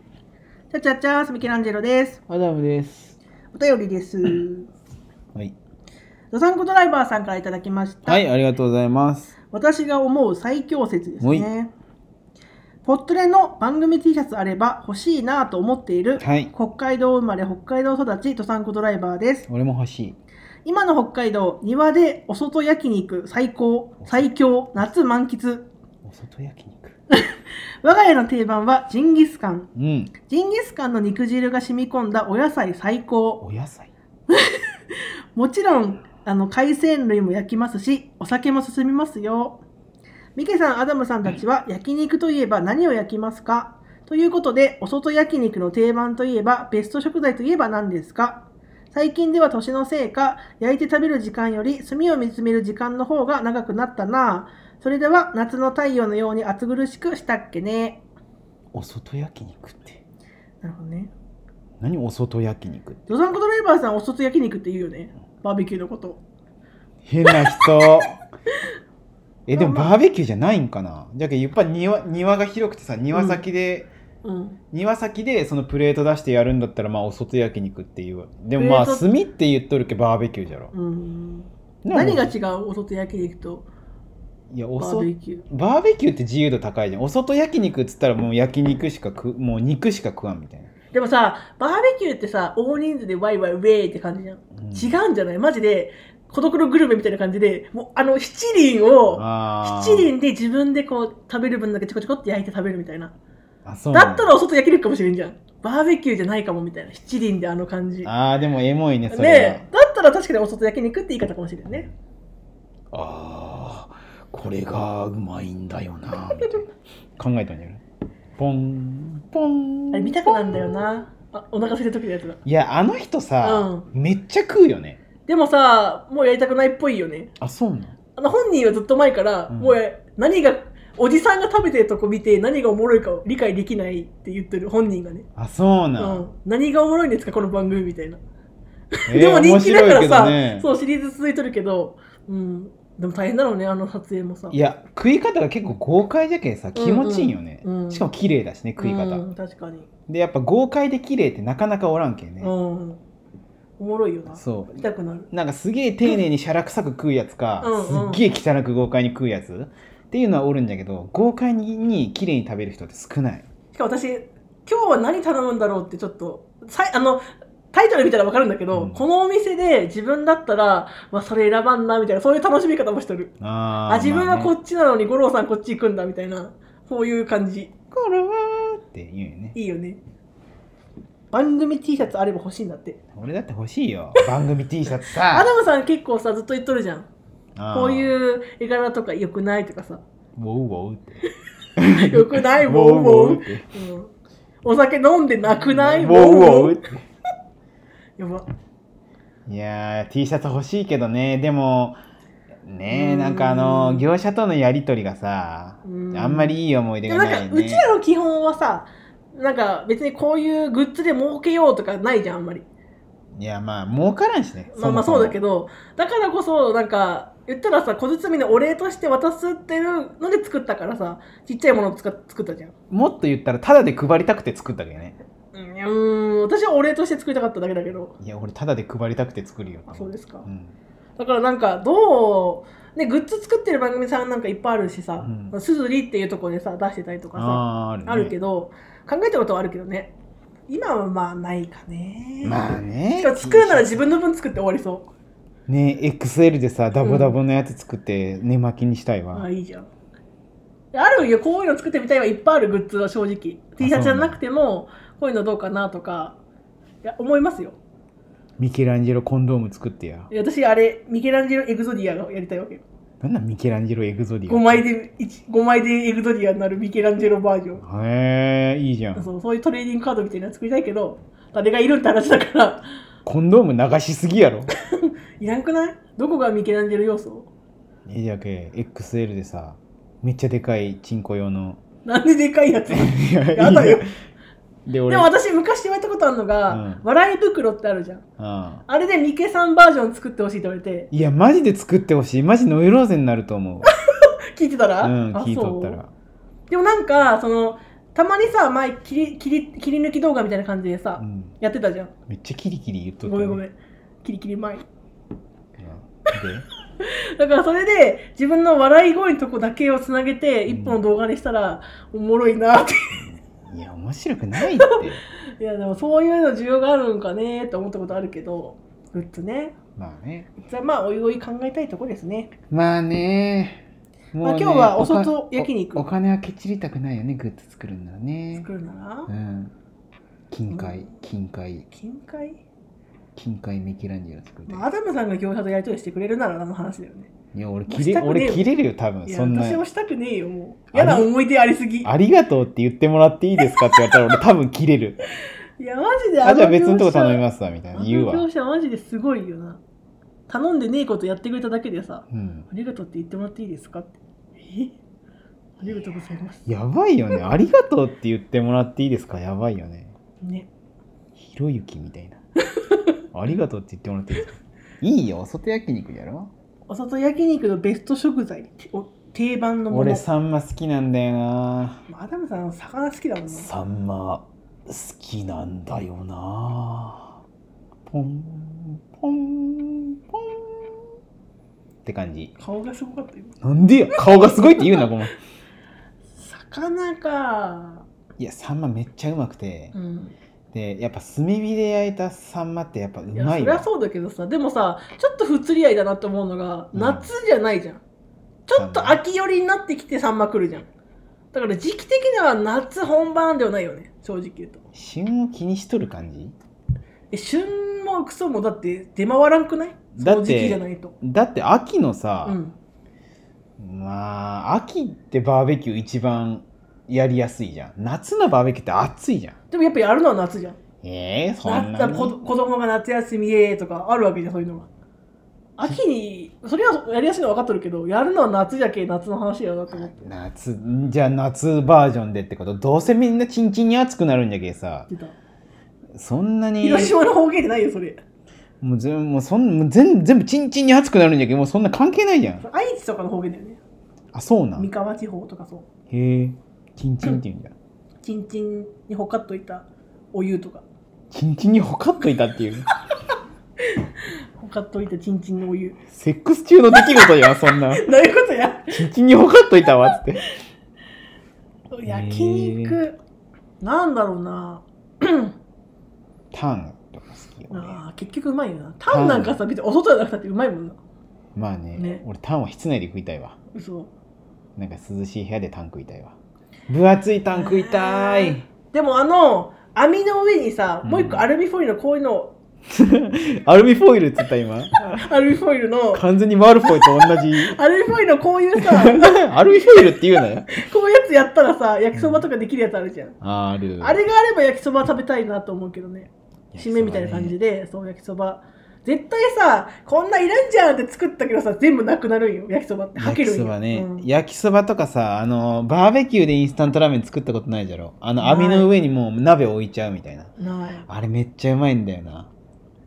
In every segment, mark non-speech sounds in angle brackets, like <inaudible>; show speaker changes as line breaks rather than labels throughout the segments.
チャチャチャースミケランジェロです。
アダムです。
お便りです。
はい。
ドサンコドライバーさんからいただきました。
はい、ありがとうございます。
私が思う最強説です
おい
ね。ポットレの番組 T シャツあれば欲しいなぁと思っている、
はい
北海道生まれ北海道育ちドサンコドライバーです。
俺も欲しい。
今の北海道、庭でお外焼肉最高、最強、夏満喫。
お外焼肉。
我が家の定番はジンギスカン。
うん。
ジンギスカンの肉汁が染み込んだお野菜最高。
お野菜。
もちろんあの海鮮類も焼きますしお酒も進みますよミケさんアダムさんたちは焼肉といえば何を焼きますかということでお外焼肉の定番といえばベスト食材といえば何ですか最近では年のせいか焼いて食べる時間より炭を見つめる時間の方が長くなったなぁそれでは夏の太陽のように暑苦しくしたっけね
お外焼肉って。
なるほどね
何お外焼肉って。
ドサンコドライバーさんお外焼肉って言うよねバーベキューのこと
変な人。え、でも
まあ
バーベキューじゃないんかな。じゃけやっぱ庭庭が広くてさ、庭先で、
うん
庭先でそのプレート出してやるんだったらまあお外焼肉っていう。でもまあ
プレー
炭って言っとるけどバーベキューじゃろ。
うん
でも
何が違うお外焼肉と
いやお
バー
そ
ベキュー
バーベキューって自由度高いじゃん。お外焼肉っつったらもう焼肉しか食うもう肉しか食わんみたいな。
でもさバーベキューってさ大人数でワイワイウェイって感じじゃん、
うん
違うんじゃないマジで孤独のグルメみたいな感じでもうあの七輪を
あー
七輪で自分でこう食べる分だけちょこちょこって焼いて食べるみたいな
あそう
だ
なん
ったらお外焼肉かもしれんじゃんバーベキューじゃないかもみたいな七輪であの感じね
あーでもエモいねそれは、
えだったら確かにお外焼肉って言い方かもしれんね
あーこれがうまいんだよなみたいな考えたんじゃないポンポン
あれ見たくなんだよなあお腹空いた時のやつだ
いやあの人さ、めっちゃ食うよね
でもさもうやりたくないっぽいよね
あそうなん
あの本人はずっと前から、
うん
もう何がおじさんが食べてるとこ見て何がおもろいかを理解できないって言ってる本人がね、
あそ
う
うなんん、、
何がおもろいんですかこの番組みたいな、
えー
でも人気だからさ、
面白いけど
そ
ね
うシリーズ続いてるけど、うん、でも大変だろうねあの撮影もさ
いや食い方が結構豪快じゃけんさ気持ちいいよね、
うんうん
しかも綺麗だしね食い方、
うん確かに、
でやっぱ豪快で綺麗ってなかなかおらんけんね
うん、、おもろいよな
そう
見たくなる
なんかすげえ丁寧にしゃらくさく食うやつか、
うんうん
すっげえ汚く豪快に食うやつっていうのはおるんだけど豪快にに綺麗に食べる人って少ない
しかも私今日は何頼むんだろうってちょっとさいあのタイトル見たら分かるんだけど、
うん
このお店で自分だったら、まあ、それ選ばんなみたいなそういう楽しみ方もしてる
あ
あ自分はこ
っ
っちなのに五郎さんこっち行くんだみたいなこういう感じ
からはって言うよね
いいよね番組 T シャツあれば欲しいんだって
俺だって欲しいよ番組 T シャツ
ア
さ
ダムさん結構さずっと言っとるじゃんこう
う
いう絵柄とか良くないとかさ <laughs>
ウォウウォウって
良くない
<laughs> ウ
ウ
ォ
ォウ
ウウォ
ウ
ウ
ォ
っ
ウ
て
うんお酒飲んでなくない
ウォウウォウっ
ウ
て
やば
いやー T シャツ欲しいけどねでもね
う
え
ん
なんかあの業者とのやり取りがさ
うん
あんまりいい思い出
で
が
も
な
な
い
ん
ね
かうちらの基本はさなんか別にこういうグッズで儲けようとかないじゃんあんまり
いやまあ儲からんしね
まあまあそうだ
ど
けどだからこそなんか言ったらさ小包のお礼として渡すっていうので作ったからさちっちゃいものをつか作ったじゃん
もっと言ったらタダで配りたくて作ったわけどね
うんうーん私はお礼として作りたかっただけだけど
いや俺タダで配りたくて作るよ
あそうですか
うん、
だからなんかどうねグッズ作ってる番組さんなんかいっぱいあるしさ
うん
すずりっていうとこでさ出してたりとかさ
あーある、ね、
あるけど考えたことはあるけどね今はまあないかね
まあね
しかも作るなら自分の分作って終わりそ。
ね XL でさダボダボのやつ作って寝巻きにしたいうわ、
ああ、いいじゃん。あるよ、こういうの作ってみたいはいっぱいあるグッズは正直。T シャツじゃなくても、こういうのどうかなとか、いや思いますよ。
ミケランジェロコンドーム作ってや
いや私、あれ、ミケランジェロエグゾディアがやりたいわけよ。
なんなんミケランジェロエグゾディ
5
ア
枚で、5枚でエグゾディアになるミケランジェロバージョン。
へえいいじゃん
そうそういうトレーディングカードみたいなの作りたいけど、誰がいるんって話だから、
コンドーム流しすぎやろ <laughs>
いらんくないどこがミケランジェロ要素
えじゃけ XL でさめっちゃでかいチンコ用の
なんででかいやつ
い
<laughs>
や
やだよ
いい <laughs> で <laughs>
で
俺
も私昔言われたことあるのが、
うん
笑い袋ってあるじゃん
うん
あれでミケさんバージョン作ってほしいって言われて
いやマジで作ってほしいマジノイローゼになると思う
聞いてたら、
うん
あ
聞いとったら
そうでもなんかそのたまにさ前切り切り切り抜き動画みたいな感じでさ、
うん、
やってたじゃん
めっちゃキリキリ言っとった、
ごめ
ね、
んごめんキリキリ前
うんで
だからそれで自分の笑い声のとこだけをつなげて一本の動画にしたらおもろいなって、 <laughs>
いや面白くないって <laughs>
いやでもそういうの需要があるんかねって思ったことあるけどグッズね
まあね
じゃあまあおいおい考えたいとこですね
まあね
まあ今日はお外
か
焼肉
おお金はけちりたくないよねグッズ作るんだらね
作るなら
うん金
う
塊
ん
金塊
金塊、
金塊ミキランジェロ作って、
まあ、アダムさんが餃子とやり取りしてくれるなら何の話だよね
いや俺
もう
切
し
れ
たくねえよ
俺切れるよ多分
いや
そんな
私はしたくねえよもう嫌な思い出ありすぎい
ありがとうって言ってもらっていいですかって言われたら俺多分切
<laughs>
れる
やマジで
あじゃあ別のとこ頼み
す
ますわみた
あ
いな
の
言うわ
業者マジですごいよな頼んでねえことやってくれただけでさ
うん
ありがとうって言ってもらっていいですかってえありがとうございます
やばい
<laughs>
よねありがとうって言ってもらっていいですかやばいよね
ね
ひろゆきみ
<laughs>
たいなありがとうって言ってもらっていいですかいいよお外焼肉やろ
お里焼肉のベスト食材お定番のもの
俺サンマ好きなんだよな
まあアダムさん魚好きだもんな
サンマ好きなんだよなポンポンポンって感じ
顔がすごかったよ
なんでや顔がすごいって言うなごめん
魚か
いやサンマめっちゃうまくて、
うん
でやっぱ炭火で焼いたサンマってやっぱう
いや
ま
そ
い
りゃ
わ
そうだけどさでもさちょっと不釣り合いだなと思うのが、
うん
夏じゃないじゃんちょっと秋寄りになってきてサンマ来るじゃんだから時期的には夏本番ではないよね正直言うと
旬を気にしとる感じ
え旬もクソもだって出回らんくない
だ
そ
って
の時期じゃないと
だって秋のさ、
うん
まあ秋ってバーベキュー一番やりやすいじゃん夏のバーベキューって暑いじゃん
でもやっぱやるのは夏じゃん
えー、そん
な
な
こ
に
子供が夏休みへとかあるわけじゃんそういうのが秋にそれはやりやすいのは分かっとるけどやるのは夏じゃけ夏の話やなと思って
夏んじゃあ夏バージョンでってことどうせみんなチンチンに暑くなるんじゃけさ <laughs>
言ってた、
そんなに
広島の方言じゃないよそれ
もうぜもうそんもう全全部チンチンに暑くなるんじゃけもうそんな関係ないじゃん
愛知とかの方言だよね
あそうなん
三河地方とかそう
へえチンチンって言うんじゃん
ちんちんにほかっといたお湯とか
チンチンにほかっといたっていう
ほかっといたちんちんのお湯 <laughs>
セックス中の出来事やんそんな
どういうことや
チンチンにほかっといたわっつって
焼肉なんだろうな
タンとか好きよ、ね、
あー結局うまいよなタンなんかさ別にお外じゃなくたってうまいもんな
まあね
ね
俺タンは室内で食いたいわ
嘘
なんか涼しい部屋でタン食いたいわ分厚いタン食いたー <laughs> い
でもあの網の上にさもう一個
うん
アルミフォイルのこういうの、
アルミフォイルっつった今
アルミフォイルの
完全にマルフォイと同じ
アルミフォイルのこういうさ <laughs>
アルミフォイルって言うなよ
こういうやつやったらさ焼きそばとかできるやつあるじゃん、
ある
あれがあれば焼きそば食べたいなと思うけどね締めみたいな感じ
で
でそう焼きそば絶対さこんないらんじゃんって作ったけどさ全部なくなるんよ焼きそばっては
焼
け
き
るん
そ
よ
ばね、
うん
焼きそばとかさあのバーベキューでインスタントラーメン作ったことないじゃろあの網の上にもう鍋置いちゃうみたいな
ない
あれめっちゃうまいんだよな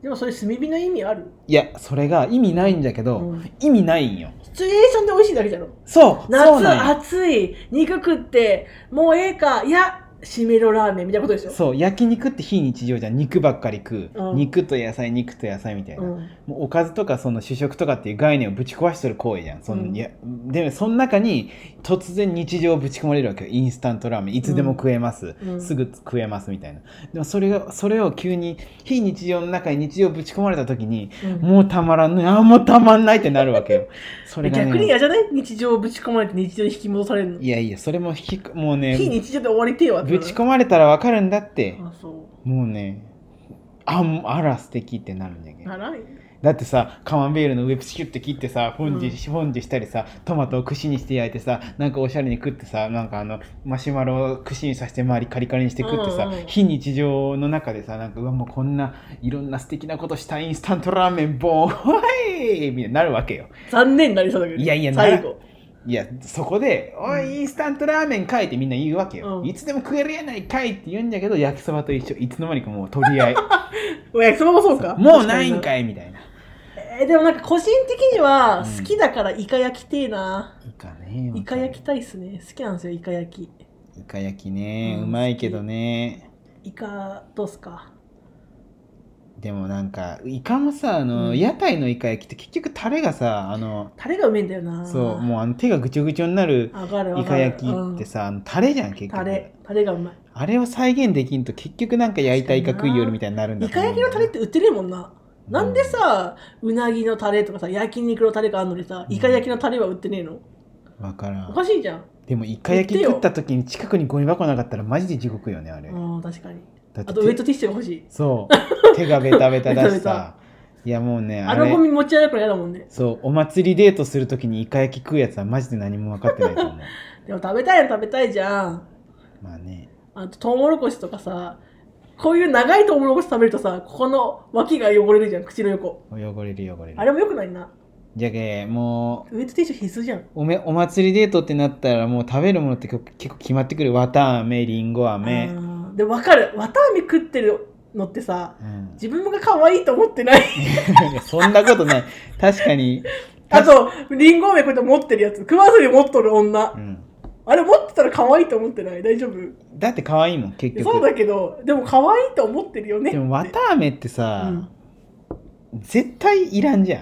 でもそれ炭火の意味ある
いやそれが意味ないんだけど、
うん
意味ないんよ
シチュエーションで美味しいだけじゃろ
そうそう
夏
なんよ
暑い肉食ってもうええかいやしめろラーメンみたいなことでしょ
そう焼肉って非日常じゃん肉ばっかり食う、
うん
肉と野菜肉と野菜みたいな、
うん
もうおかずとかその主食とかっていう概念をぶち壊してる行為じゃんその、
うん
いやでもその中に突然日常をぶち込まれるわけよインスタントラーメンいつでも食えます、
うん
すぐ食えますみたいなでもそれがそれを急に非日常の中に日常をぶち込まれた時に
うん
もうたまらんねあーもうたまんないってなるわけよそれが、ね、
逆に嫌じゃない日常をぶち込まれて日常に引き戻されるの
いやいやそれもひくもうね
非日常で終わりてえわって
ぶち込まれたらわかるんだって
あそう
もうねああら素敵ってなるんだけど
ならんよ
だってさカマンベールの上プシュって切ってさフォンデュ、
うん
フォンデュしたりさトマトを串にして焼いてさなんかおしゃれに食ってさなんかあのマシュマロを串にさせて周りカリカリにして食ってさ、
うんうん
非日常の中でさなんかうわもうこんないろんな素敵なことしたインスタントラーメンボーン <laughs> ほいみたいになるわけよ
残念になりそうだけど
いやいやなら
最後
いやそこで「お
うん
いインスタントラーメンかい」ってみんな言うわけよ、
うん
いつでも食えるやないかいって言うんだけど焼きそばと一緒いつの間にかもう取
<laughs>
り合い
お焼きそばもそうか
もうないん
い
かいみたいな。
えーでもなんか個人的には
うん
好きだからイカ焼きてえな、
いいかね
イカ焼きたいっすね好きなんですよイカ焼き
イイカ焼きね、
う
うんまいけどね
イカどうっすか
でもなんかイカもさあの、
うん
屋台のイカ焼きって結局タレがさあの
タレがうめえんだよな
そうもうあの手がぐちょぐちょになる
上がる
イ
上
カ
がる
焼きってさ、あのタレじゃん結
うん
局
タレタレがうまい
あれを再現できんと結局なんか焼いたイカ食いよるみたいになるんだ
イカ焼きのタレってて売ってるもんななんでさうなぎのタレとかさ焼肉のタレがあるのにさイカ焼きのタレは売ってねえの
分から
お
ん
かしいじゃん
でもイカ焼き食った時に近くにゴミ箱なかったらマジで地獄よねあれ、
うん確かに
だって
あとウェットティッシュが欲しい
そう手がベタベタだ
ベタ
し
ベタ
さいやもうね
あ
あ
の
れ
ゴミ持ち歩くの嫌だもんね
そうお祭りデートする時にイカ焼き食うやつはマジで何も分かってないと思う <laughs>
でも食べたいの食べたいじゃん
まあね
あとトウモロコシとかさこういう長いトウモロコシ食べるとさここの脇が汚れるじゃん口の横
汚れる汚れ
あれ
る
もよくないな
じゃけもう
ウェットティッシュ必須じゃん
おめお祭りデートってなったらもう食べるものって結構結構決まってくるわたあめりんごあめ
うんでも分かる綿あめ食ってるのってさ
うん <laughs>
自分が可愛いと思ってない
いやそんなことない <laughs> 確かに
あとリンゴ飴こうやって持ってるやつ食わずに持っとる女
うん、
あれ持ってたら可愛いと思ってない大丈夫い
だって可愛いもん結
や
局
そうだけどでも可愛いと思ってるよね
でもわたあめってさ、
うん
絶対いらんじゃん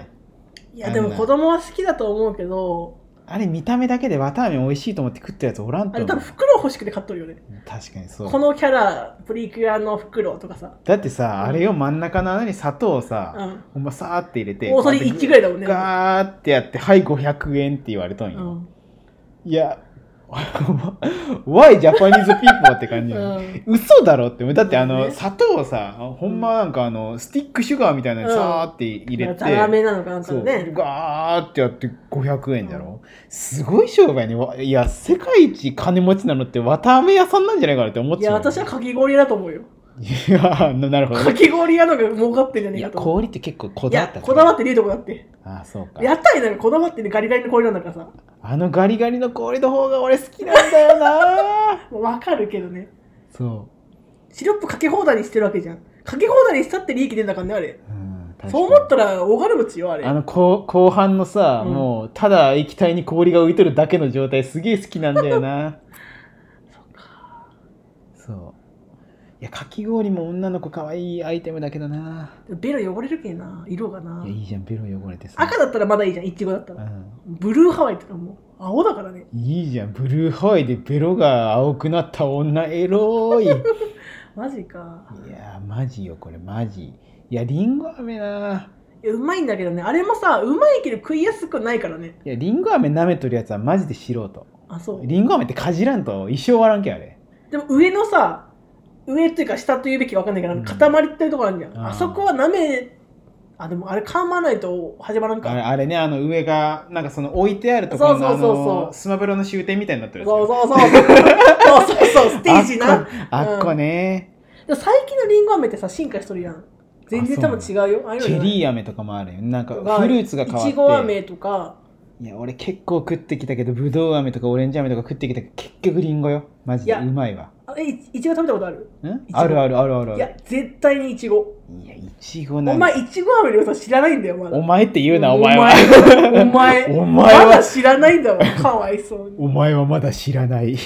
いやでも子供は好きだと思うけど
あれ見た目だけでわたあめ美味しいと思って食ったやつおらん
あ
と
れ
思
多
う
分袋欲しくて買っとるよね
確かにそう
このキャラプリキュアの袋とかさ、
だってさ、
うん
あれよ真ん中の穴に砂糖をさ、
うん、
ほんまさーって入れて
大さじ1ぐらいだもんね
ガーってやって「はい500円」って言われとん
う
よ、
ん
いや <laughs> Why Japanese people って感じ
う
よ、
ん
嘘だろってだってあの、
ね
砂糖をさほんまなんかあの、スティックシュガーみたいなのに
うん
さーって入れて、
ザラメなのかなんか
そう
ね
ガーってやって500円だろ、すごい商売ねわいや世界一金持ちなのって綿あめ屋さんなんじゃないかなって思っ
い
ちゃ
や
うよ
私はかき氷屋だと思うよ
いやなるほど
かき氷屋の方が儲かってんじゃね
い
え
や
かと思う
氷って結構こ
い
だわっ
や
た
こだわ
っ
ってねえとこだって
ああそうか
やったりなんかこだわってねガリガリの氷なんだからさ
あのガリガリの氷の方が俺好きなんだよな
もうわかるけどね
そ
シロップかけ放題にしてるわけじゃんかけ放題にしたって利益出んだからねあれ
う、うん、確かに
そう思ったら大金持ちよあれ
あの後後半のさ、
うん
もうただ液体に氷が浮いてるだけの状態すげえ好きなんだ
<laughs>
よなそういやかき氷も女の子かわいいアイテムだけどな
ベロ汚れるけんな色がない
やいいじゃんベロ汚れてさ
赤だったらまだいいじゃんいちごだった
う
ら
ん
ブルーハワイとかもう青だからね
いいじゃんブルーハワイでベロが青くなった女エ
<laughs>
ロいい
マジか
やーマジよこれマジいやりんご飴ない
やうまいんだけどねあれもさうまいけど食いやすくないからね
いやりんご飴舐めとるやつはマジで素人
あそう
りんご飴ってかじらんと一生笑んけんあれ
でも上のさ上っていうか下と言うべきかわかんないけどあの
うん
塊っていうところあるじゃん、
あー
あそこはなめあでもあれ噛まないと始まらん
あれ
か
あれねあの上がなんかその置いてあるところの
そうそうそうそう
あのスマブラの終点みたいになってるやつ
そうそうそうそうそうそうステージな
あっこあっこね、
でも最近のリンゴ飴ってさ進化しとるやん全然多分違うよああいうの
チェ
ー
リー飴とかもあるよなんかフルーツが変わって
いちご飴とか
いや俺結構食ってきたけどぶどう飴とかオレンジ飴とか食ってきたけど結局りんごよマジ
い
で
や
うまいわ
あえいいちご食べたことある
ん
いちご
あるあるあるあるあ
い
る
や絶対にいちご
いやいちごな
お
ん
前いちご飴の良さ知らないんだよまだ
お前って言うなお前は
お前
お
ま
前
だ
は
知らないんだわかわいそうに
お前はまだ知らない